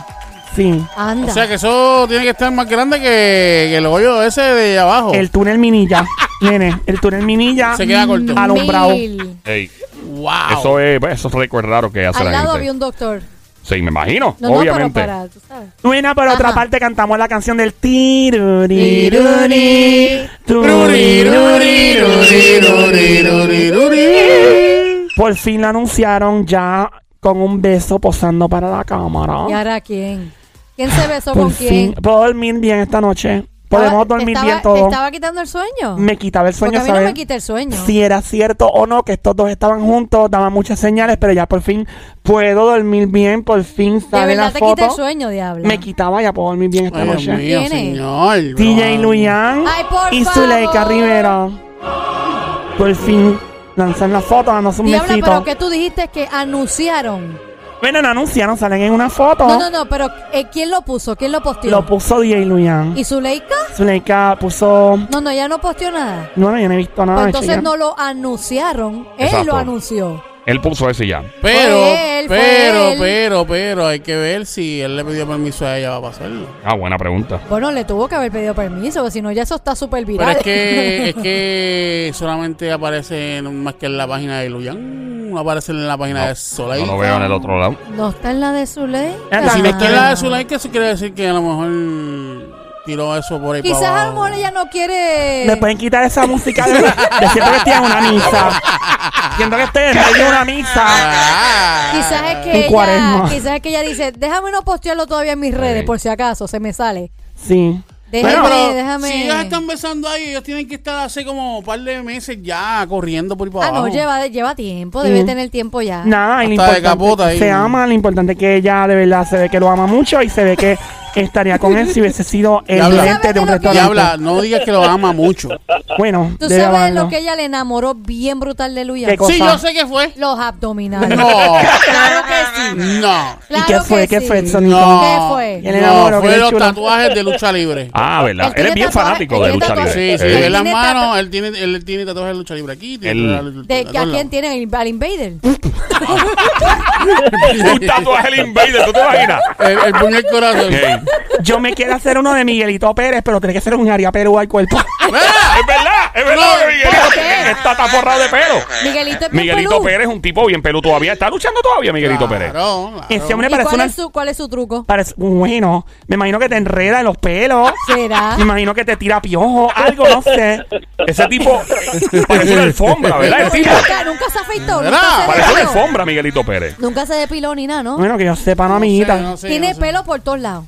Speaker 3: Sí.
Speaker 2: Anda.
Speaker 4: O sea que eso tiene que estar más grande que, que el hoyo ese de abajo.
Speaker 3: El túnel Minilla, nene, el túnel Minilla.
Speaker 4: Se queda corto.
Speaker 3: Alumbrado.
Speaker 2: Mil.
Speaker 1: Ey,
Speaker 4: ¡Wow!
Speaker 1: Eso es, pues, eso es récord raro que hace
Speaker 2: Al
Speaker 1: la
Speaker 2: lado
Speaker 1: gente.
Speaker 2: había un doctor.
Speaker 1: Sí, me imagino,
Speaker 2: No, no,
Speaker 1: obviamente.
Speaker 2: pero para, tú sabes.
Speaker 3: Bueno, por otra
Speaker 2: Ajá.
Speaker 3: parte cantamos la canción del tiruri,
Speaker 4: Tiruri, Ruri, ruri, ruri, ruri, ruri, ruri.
Speaker 3: Por fin la anunciaron ya con un beso posando para la cámara.
Speaker 2: ¿Y ahora quién? ¿Quién se besó
Speaker 3: Por
Speaker 2: con
Speaker 3: fin.
Speaker 2: quién?
Speaker 3: Puedo dormir bien esta noche. Podemos
Speaker 2: Estaba-
Speaker 3: dormir
Speaker 2: estaba-
Speaker 3: bien
Speaker 2: ¿Te
Speaker 3: todo.
Speaker 2: estaba quitando el sueño?
Speaker 3: Me quitaba el
Speaker 2: Porque
Speaker 3: sueño,
Speaker 2: a mí no me
Speaker 3: ¿sabes?
Speaker 2: quita el sueño.
Speaker 3: si era cierto o no que estos dos estaban juntos, daban muchas señales, pero ya por fin puedo dormir bien, por fin
Speaker 2: de
Speaker 3: sale la
Speaker 2: verdad te quita el
Speaker 3: foto.
Speaker 2: sueño, diabla.
Speaker 3: Me quitaba, ya puedo dormir bien esta
Speaker 4: Ay, Dios
Speaker 3: noche.
Speaker 4: mío,
Speaker 2: ¿Quién es?
Speaker 4: señor.
Speaker 3: DJ
Speaker 4: bro.
Speaker 3: Luyan
Speaker 2: Ay, por
Speaker 3: y Zuleika
Speaker 2: favor.
Speaker 3: Rivera. Por fin lanzan la foto, dándose un
Speaker 2: Diabla,
Speaker 3: besito.
Speaker 2: pero que tú dijiste que anunciaron.
Speaker 3: Bueno, no anunciaron, salen en una foto.
Speaker 2: No, no, no, pero eh, ¿quién lo puso? ¿Quién lo posteó?
Speaker 3: Lo puso DJ Luyan.
Speaker 2: ¿Y Zuleika?
Speaker 3: Zuleika puso.
Speaker 2: No, no, ella no posteó nada.
Speaker 3: No, no, yo no he visto nada.
Speaker 2: Pues entonces
Speaker 3: chica.
Speaker 2: no lo anunciaron. Él
Speaker 1: Exacto.
Speaker 2: lo anunció.
Speaker 1: Él puso ese ya.
Speaker 4: Pero,
Speaker 2: Fue él, fue
Speaker 4: pero,
Speaker 2: él.
Speaker 4: pero, pero, hay que ver si él le pidió permiso a ella para hacerlo.
Speaker 1: Ah, buena pregunta.
Speaker 2: Bueno, le tuvo que haber pedido permiso, porque si no, ya eso está súper
Speaker 4: Pero
Speaker 2: viral.
Speaker 4: es que, es que solamente aparece en- más que en la página de Luyan, no aparece en la página
Speaker 1: No,
Speaker 4: de Soleil.
Speaker 1: No lo veo en el otro lado.
Speaker 2: No está en la de Zuleika.
Speaker 3: Y si no
Speaker 4: Que la de Soleil, que eso quiere decir que a lo mejor tiró eso por ahí
Speaker 2: Quizás
Speaker 4: para
Speaker 2: a
Speaker 4: abajo.
Speaker 2: lo mejor ella no quiere.
Speaker 3: Me pueden quitar esa música. De, de- siento que estoy en una misa. Siento que estoy en medio de una misa.
Speaker 4: Ah.
Speaker 2: Quizás es
Speaker 3: En
Speaker 2: que ella,
Speaker 3: cuaresma.
Speaker 2: quizás es que ella dice, déjame no postearlo todavía en mis redes,
Speaker 1: Ey.
Speaker 2: por si acaso se me sale.
Speaker 3: Sí.
Speaker 2: Déjame,
Speaker 4: Bueno, pero
Speaker 2: déjame.
Speaker 4: si ellos están besando ahí, ellos tienen que estar hace como un par de meses ya corriendo por ahí para
Speaker 2: ah, no,
Speaker 4: abajo.
Speaker 2: lleva, lleva tiempo, debe
Speaker 3: Mm.
Speaker 2: tener tiempo ya.
Speaker 3: Nada, y lo
Speaker 4: Hasta de capota
Speaker 3: importante es que
Speaker 4: ahí.
Speaker 3: se ama, lo importante es que ella de verdad se ve que lo ama mucho y se ve que estaría con él si hubiese sido el
Speaker 4: Diabla.
Speaker 3: gerente de un
Speaker 2: ¿Sabes de lo que-
Speaker 3: restaurante.
Speaker 4: Diabla, no digas que lo ama mucho.
Speaker 3: Bueno,
Speaker 2: Tú
Speaker 3: debe
Speaker 2: sabes
Speaker 3: amarlo.
Speaker 2: lo que ella le enamoró bien brutal de Luyan.
Speaker 3: ¿Qué cosa?
Speaker 4: Sí, yo sé que fue.
Speaker 2: Los abdominales.
Speaker 4: No.
Speaker 2: Claro que sí.
Speaker 4: No.
Speaker 3: ¿Y qué
Speaker 2: Claro
Speaker 3: fue?
Speaker 2: que
Speaker 3: ¿Qué
Speaker 2: sí.
Speaker 3: fue, Sónico?
Speaker 4: No.
Speaker 2: ¿Qué fue?
Speaker 3: Él enamoró,
Speaker 4: No,
Speaker 3: que
Speaker 4: fue
Speaker 3: le
Speaker 4: los
Speaker 3: chula.
Speaker 4: tatuajes de lucha libre.
Speaker 1: Ah,
Speaker 2: Él
Speaker 1: ¿verdad? Él
Speaker 2: tiene
Speaker 1: es bien
Speaker 2: tatuaje-
Speaker 1: fanático
Speaker 2: él
Speaker 1: de
Speaker 2: tiene
Speaker 1: lucha libre.
Speaker 2: tatuaje-
Speaker 4: Sí, sí,
Speaker 1: Eh,
Speaker 4: en las
Speaker 2: tiene
Speaker 4: manos,
Speaker 2: tatu-
Speaker 4: él tiene, él tiene tatuajes de lucha libre aquí. tiene
Speaker 1: Él-
Speaker 4: tatuajes de
Speaker 2: De,
Speaker 4: lucha
Speaker 2: ¿A
Speaker 4: libre en
Speaker 2: quién
Speaker 4: todos
Speaker 2: tiene? ¿Al- ¿Al Invader?
Speaker 1: Un tatuaje del Invader, ¿tú te imaginas?
Speaker 4: lados. El, el puño y el corazón.
Speaker 1: Ey,
Speaker 3: Yo me quiero hacer uno de Miguelito Pérez, pero tiene que ser un Aria Perú al cuerpo.
Speaker 4: ¡Mira!
Speaker 1: Es verdad, es verdad,
Speaker 4: No,
Speaker 1: que Miguelito
Speaker 2: ¿por qué?
Speaker 1: está tan forrado de pelo.
Speaker 2: Miguelito es bien
Speaker 1: Miguelito
Speaker 2: pelú.
Speaker 1: Pérez es un tipo bien pelo todavía. Está luchando todavía, Miguelito Pérez.
Speaker 4: Claro, claro.
Speaker 3: Ese hombre
Speaker 2: ¿Y
Speaker 3: parece
Speaker 2: cuál,
Speaker 3: una...
Speaker 2: es su, ¿Cuál es su truco?
Speaker 3: parece- Bueno, me imagino que te enreda en los pelos.
Speaker 2: ¿Será?
Speaker 3: Me imagino que te tira piojo, algo, no sé.
Speaker 1: Ese tipo parece una alfombra, ¿verdad? El tipo.
Speaker 2: Nunca, nunca se afeitó,
Speaker 4: ¿Verdad?
Speaker 2: nunca se
Speaker 1: Parece una
Speaker 2: depiló.
Speaker 1: alfombra, Miguelito Pérez.
Speaker 2: Nunca se depiló ni nada, ¿no?
Speaker 3: Bueno, que yo sepa, no,
Speaker 4: No sé,
Speaker 3: amiguita.
Speaker 4: no sé,
Speaker 2: tiene
Speaker 4: no sé.
Speaker 2: pelo por todos lados.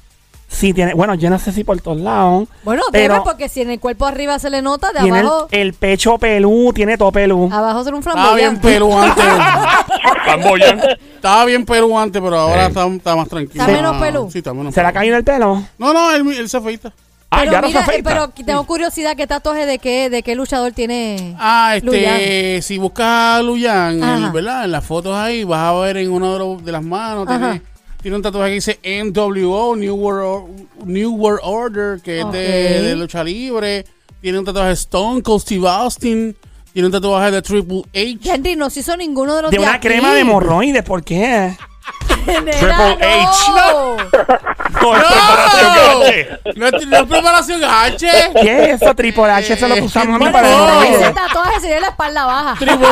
Speaker 3: Sí, tiene. Bueno, yo no sé si por todos lados.
Speaker 2: Bueno,
Speaker 3: pero
Speaker 2: debe porque si en el cuerpo arriba se le nota, de
Speaker 3: tiene el,
Speaker 2: abajo,
Speaker 3: el pecho pelú, tiene todo pelú.
Speaker 2: abajo será un
Speaker 4: Estaba bien
Speaker 2: flamboyante.
Speaker 4: pelú antes.
Speaker 1: Ah, Bamboyan.
Speaker 4: Estaba bien pelú antes, pero ahora
Speaker 1: Ey.
Speaker 4: está, está más tranquilo. Ah,
Speaker 2: Está menos pelú.
Speaker 4: Sí, está menos
Speaker 3: ¿Se le ha
Speaker 4: pelú.
Speaker 3: caído el pelo?
Speaker 4: No, no, él, él se afeita.
Speaker 1: Ah,
Speaker 2: pero
Speaker 1: ya no se
Speaker 2: mira, eh,
Speaker 1: afecta.
Speaker 2: pero tengo curiosidad qué tatuaje de qué, de qué luchador tiene.
Speaker 4: Ah, este,
Speaker 2: Luyan.
Speaker 4: si buscas a Luyan,
Speaker 2: Ajá.
Speaker 4: en- ¿verdad? En las fotos ahí vas a ver en una de, los- de las manos
Speaker 2: Ajá.
Speaker 4: tiene, tiene un tatuaje que dice NWO, New World, Or- New World Order, que es
Speaker 2: Ok.
Speaker 4: de, de lucha libre. Tiene un tatuaje Stone Cold Steve Austin. Tiene un tatuaje de Triple H.
Speaker 2: Henry no se hizo ninguno de los
Speaker 3: De una
Speaker 2: aquí.
Speaker 3: crema de hemorroides, ¿por qué?
Speaker 2: Nena,
Speaker 1: Triple
Speaker 2: no.
Speaker 1: No, es preparación grande.
Speaker 4: No, es- no es preparación H.
Speaker 3: ¿Qué es eso, Triple H? Eso es lo que usamos a mí
Speaker 4: Bueno,
Speaker 3: para
Speaker 4: no.
Speaker 2: Ese
Speaker 3: hemorroides.
Speaker 2: tatuaje sería la espalda baja.
Speaker 4: Triple,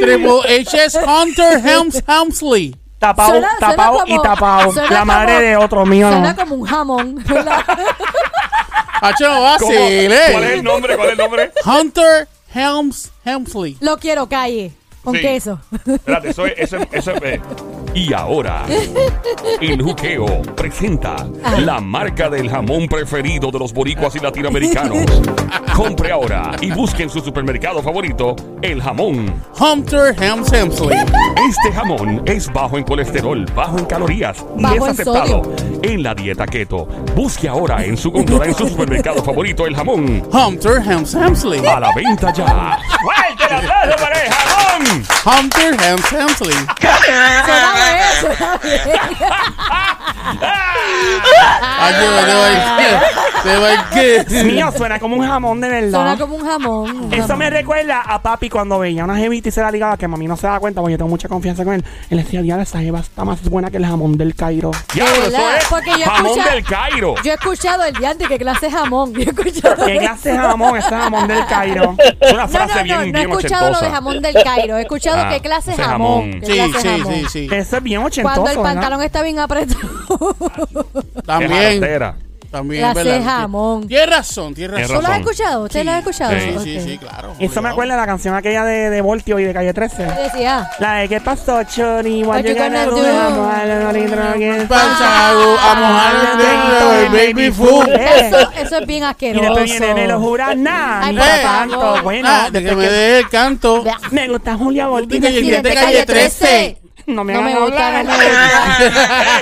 Speaker 4: Triple H es Hunter Helms Helmsley.
Speaker 3: Tapao,
Speaker 2: Suena- suena
Speaker 3: tapao y
Speaker 2: como-
Speaker 3: tapao.
Speaker 2: suena
Speaker 3: La madre
Speaker 2: como-
Speaker 3: de otro mío,
Speaker 2: Suena
Speaker 3: ¿no?
Speaker 2: como un jamón, ¿verdad?
Speaker 4: H no
Speaker 1: ¿Cómo? ¿Cuál
Speaker 4: eh.
Speaker 1: es el
Speaker 4: vacile.
Speaker 1: nombre? ¿Cuál es el nombre?
Speaker 4: Hunter Helms Helmsley.
Speaker 2: Lo quiero calle, con
Speaker 1: Sí.
Speaker 2: queso.
Speaker 1: Espérate, eso es. Eso es, eso es, eh, Y ahora, el juqueo presenta la marca del jamón preferido de los boricuas y latinoamericanos. Compre ahora y busque en su supermercado favorito el jamón.
Speaker 4: Hunter Hams Hemsley.
Speaker 1: Este jamón es bajo en colesterol, bajo en calorías y
Speaker 2: Bajo
Speaker 1: es
Speaker 2: en
Speaker 1: aceptado en la dieta keto. Busque ahora en su compra en su supermercado favorito el jamón.
Speaker 4: Hunter Hams Hemsley.
Speaker 1: A la venta ya. ¡Fuerte el aplauso para el jamón!
Speaker 4: Hunter Hams Hemsley.
Speaker 2: Suena bien, suena bien.
Speaker 4: Ay, te va- te va a ir- te va a ir-
Speaker 3: Mío, suena como un jamón de verdad.
Speaker 2: Suena como un jamón. un
Speaker 3: Eso
Speaker 2: jamón.
Speaker 3: me recuerda a papi cuando veía una jevita y se la ligaba que mami no se da cuenta porque yo tengo mucha confianza con él. Él decía, diablo, esa jeva está más buena que el jamón del Cairo.
Speaker 1: Ya, pero eso
Speaker 2: ¿Verdad?
Speaker 1: es
Speaker 2: Porque yo
Speaker 1: jamón
Speaker 2: escucha-
Speaker 1: del Cairo.
Speaker 2: Yo he escuchado el diante que clase de jamón. Yo he escuchado.
Speaker 3: ¿Qué clase de jamón? Ese jamón del Cairo.
Speaker 1: Es
Speaker 2: No,
Speaker 1: una
Speaker 2: no,
Speaker 1: frase
Speaker 2: no,
Speaker 1: bien,
Speaker 2: no he
Speaker 1: bien
Speaker 2: escuchado lo de
Speaker 1: ochentosa.
Speaker 2: jamón del Cairo. He escuchado
Speaker 1: Ah,
Speaker 2: que clase
Speaker 1: ese jamón.
Speaker 2: jamón. que
Speaker 4: Sí,
Speaker 2: clase
Speaker 4: sí,
Speaker 2: jamón.
Speaker 4: sí, sí.
Speaker 3: Eso es bien ochentoso,
Speaker 2: Cuando el
Speaker 3: ¿verdad?
Speaker 2: pantalón está bien apretado.
Speaker 1: Qué
Speaker 4: También.
Speaker 1: jartera.
Speaker 4: También,
Speaker 2: Clase
Speaker 4: ¿verdad?
Speaker 2: jamón.
Speaker 4: Tienes razón, tienes
Speaker 1: Tienes
Speaker 4: razón.
Speaker 2: ¿Tú lo has
Speaker 1: Razón.
Speaker 2: escuchado? ¿Usted lo ha escuchado?
Speaker 4: Sí,
Speaker 2: Ok.
Speaker 4: sí, sí, claro.
Speaker 3: Eso me acuerda a la canción aquella de, de Voltio y de Calle 13.
Speaker 2: Decía, "Ah,
Speaker 3: La de ¿Qué pasó, Chori? What
Speaker 2: What
Speaker 3: you
Speaker 2: you gonna
Speaker 3: gonna do?
Speaker 2: do?
Speaker 3: Vamos a darle una litra que- Ah,
Speaker 4: Pancha, a mojar el dedo del baby Ah, food.
Speaker 3: Eh,
Speaker 2: eso, eso es bien
Speaker 3: Y después viene Nelo
Speaker 2: asqueroso.
Speaker 3: Jura, nah,
Speaker 2: Ay,
Speaker 3: ni
Speaker 2: por
Speaker 3: pa'
Speaker 4: favor.
Speaker 3: tanto. Bueno,
Speaker 4: Ah, de que
Speaker 3: desde
Speaker 4: me
Speaker 3: que-
Speaker 4: dé el canto.
Speaker 2: Bla.
Speaker 3: me gusta Julia Voltio.
Speaker 4: Dime que-
Speaker 2: Y
Speaker 4: de
Speaker 2: de
Speaker 4: calle
Speaker 2: calle
Speaker 4: 13.
Speaker 2: 13.
Speaker 3: No me
Speaker 2: No me
Speaker 3: hagan
Speaker 2: gusta,
Speaker 3: hablar.
Speaker 2: no me gusta.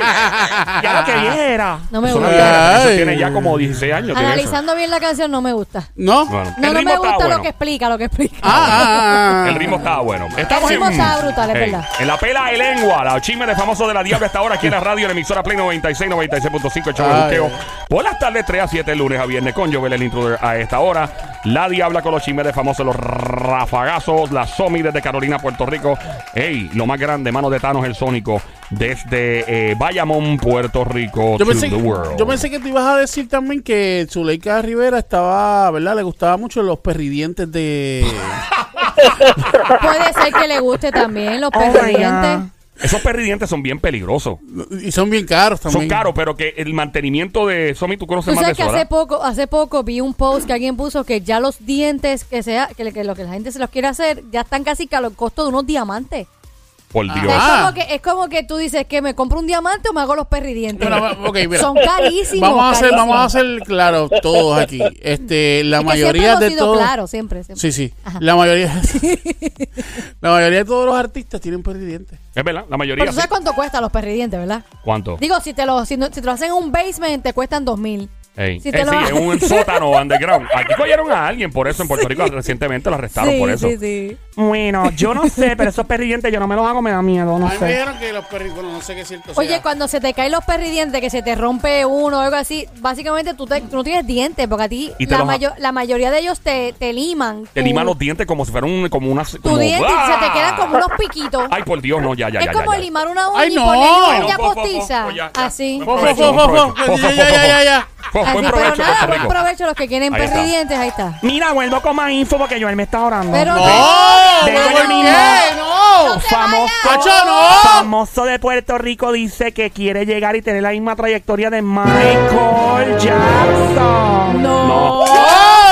Speaker 3: Ya lo que
Speaker 4: Ah.
Speaker 3: viera.
Speaker 2: No me
Speaker 1: Eso no
Speaker 2: gusta.
Speaker 1: había- eso
Speaker 4: Ay.
Speaker 1: tiene ya como 16 años. tiene eso.
Speaker 2: Analizando bien la canción, no me gusta.
Speaker 4: ¿No?
Speaker 1: Bueno,
Speaker 2: No,
Speaker 1: el
Speaker 2: no
Speaker 1: ritmo
Speaker 2: me
Speaker 1: está
Speaker 2: gusta lo
Speaker 1: bueno.
Speaker 2: que explica, lo que explica.
Speaker 4: Ah, ah, ah, ah.
Speaker 1: El ritmo está bueno. Estamos
Speaker 2: El ritmo
Speaker 1: en,
Speaker 2: está brutal, es
Speaker 1: Ey,
Speaker 2: verdad.
Speaker 1: En la pela de lengua, la chisme de famoso de la diabla hasta ahora aquí en la radio, en la emisora Play 96, 96.5, el show de
Speaker 4: Ay.
Speaker 1: Juqueo. Por las tardes 3 a 7, lunes a viernes con Joel el Intruder a esta hora. La diabla con los chismes de famosos, los rafagazos, la Somi desde Carolina, Puerto Rico. Ey, lo más grande, mano de Thanos, el Sónico, desde eh, Bayamón, Puerto Rico,
Speaker 4: Yo
Speaker 1: to
Speaker 4: pensé,
Speaker 1: the world.
Speaker 4: yo pensé que te ibas a decir también que Zuleika Rivera estaba, ¿verdad? Le gustaba mucho los perridientes de...
Speaker 1: Ah.
Speaker 2: Puede ser que le guste también los
Speaker 3: Oh my
Speaker 2: perridientes.
Speaker 1: Esos perridientes son bien peligrosos.
Speaker 4: Y son bien caros también.
Speaker 1: Son caros, pero que el mantenimiento de Somi, tú conoces
Speaker 2: Tú
Speaker 1: más de
Speaker 2: sabes que
Speaker 1: eso,
Speaker 2: hace
Speaker 1: ¿verdad?
Speaker 2: poco, hace poco vi un post que alguien puso que ya los dientes que sea, que, le- que lo que la gente se los quiere hacer, ya están casi que a los costos de unos diamantes.
Speaker 1: Por
Speaker 2: O
Speaker 1: Dios.
Speaker 2: sea,
Speaker 4: Ah.
Speaker 2: es, como que, es como que tú dices que me compro un diamante o me hago los perridientes.
Speaker 4: Bueno, va- ok, mira.
Speaker 2: Son carísimos.
Speaker 4: Vamos a hacer,
Speaker 2: carísimos.
Speaker 4: vamos a hacer claro todos aquí. Este, la
Speaker 2: Es que siempre
Speaker 4: mayoría
Speaker 2: hemos
Speaker 4: de
Speaker 2: sido
Speaker 4: todos.
Speaker 2: claros, siempre, siempre.
Speaker 4: Sí, sí. La mayoría La mayoría de todos los artistas tienen perridientes.
Speaker 1: Es verdad, la mayoría.
Speaker 2: ¿eh? Pero tú
Speaker 1: sí.
Speaker 2: sabes cuánto cuesta los perridientes, ¿verdad?
Speaker 1: ¿Cuánto?
Speaker 2: Digo, si te lo, si, no- si te lo hacen en un basement, te cuestan dos mil.
Speaker 1: Ey.
Speaker 2: Si
Speaker 1: Eh,
Speaker 2: te lo
Speaker 1: sí,
Speaker 2: va-
Speaker 1: es un sótano underground. Aquí cogieron a alguien por eso en Puerto Rico. Recientemente lo arrestaron por eso.
Speaker 2: sí, sí.
Speaker 3: Bueno, yo no sé, pero esos perridientes yo no me los hago, me da miedo, no
Speaker 4: A mí me
Speaker 3: sé.
Speaker 4: dijeron que los perridientes, bueno, no sé qué es cierto.
Speaker 2: Oye,
Speaker 4: sea.
Speaker 2: cuando se te caen los perridientes, que se te rompe uno o algo así, básicamente tú, te- tú no tienes dientes, porque a ti
Speaker 1: Y te
Speaker 2: la,
Speaker 1: los-
Speaker 2: mayo- la mayoría de ellos te, te liman.
Speaker 1: Te
Speaker 2: tu-
Speaker 1: liman los dientes como si fueran un- como unas.
Speaker 2: Tu
Speaker 1: como-
Speaker 2: diente y se
Speaker 1: ¡Ah!
Speaker 2: te quedan como unos piquitos.
Speaker 1: Ay, por Dios, no, ya, ya,
Speaker 2: es
Speaker 1: ya.
Speaker 2: como
Speaker 1: ya, ya.
Speaker 2: limar una uña
Speaker 4: Ay,
Speaker 2: y
Speaker 4: no.
Speaker 2: ponerle
Speaker 4: Ay,
Speaker 1: no,
Speaker 2: uña
Speaker 1: po, po, po,
Speaker 2: postiza.
Speaker 1: po, ya, ya.
Speaker 2: Así.
Speaker 1: Buen
Speaker 4: Fo, fo,
Speaker 1: provecho, buen
Speaker 4: fo,
Speaker 1: provecho.
Speaker 4: fo, ya,
Speaker 1: Fo, fo,
Speaker 4: ya,
Speaker 1: fo,
Speaker 4: ya,
Speaker 1: fo.
Speaker 4: ya, ya.
Speaker 1: Fo,
Speaker 2: Así,
Speaker 1: Buen
Speaker 2: pero
Speaker 1: provecho,
Speaker 2: nada,
Speaker 1: Puerto
Speaker 2: buen
Speaker 1: Rico.
Speaker 2: provecho los que quieren
Speaker 1: Ahí está.
Speaker 2: perridientes, ahí está.
Speaker 3: Mira, vuelvo con más info porque Joel me está orando.
Speaker 2: Pero
Speaker 4: No,
Speaker 2: no,
Speaker 3: Pero
Speaker 4: ¿por
Speaker 3: yo mismo.
Speaker 4: qué? No.
Speaker 2: te
Speaker 3: famoso,
Speaker 2: vayas.
Speaker 4: Cacho, no.
Speaker 3: famoso de Puerto Rico dice que quiere llegar y tener la misma trayectoria de Michael Jackson.
Speaker 2: No.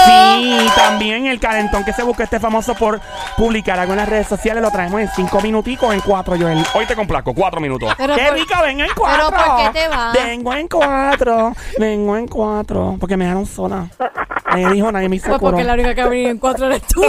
Speaker 3: Sí, también el calentón que se busca este famoso por publicar algo en las redes sociales lo traemos en cinco minuticos en cuatro, Joel.
Speaker 1: Hoy te complaco, cuatro minutos.
Speaker 2: Pero
Speaker 3: ¡Qué
Speaker 2: por-
Speaker 3: rico! ¡Vengo en cuatro!
Speaker 2: ¿por qué te vas?
Speaker 3: Vengo en cuatro. Vengo en cuatro. Porque me dejaron sola. Nadie dijo, nadie me hizo
Speaker 2: Pues
Speaker 3: coro.
Speaker 2: porque la única que ha venido en cuatro eres tú.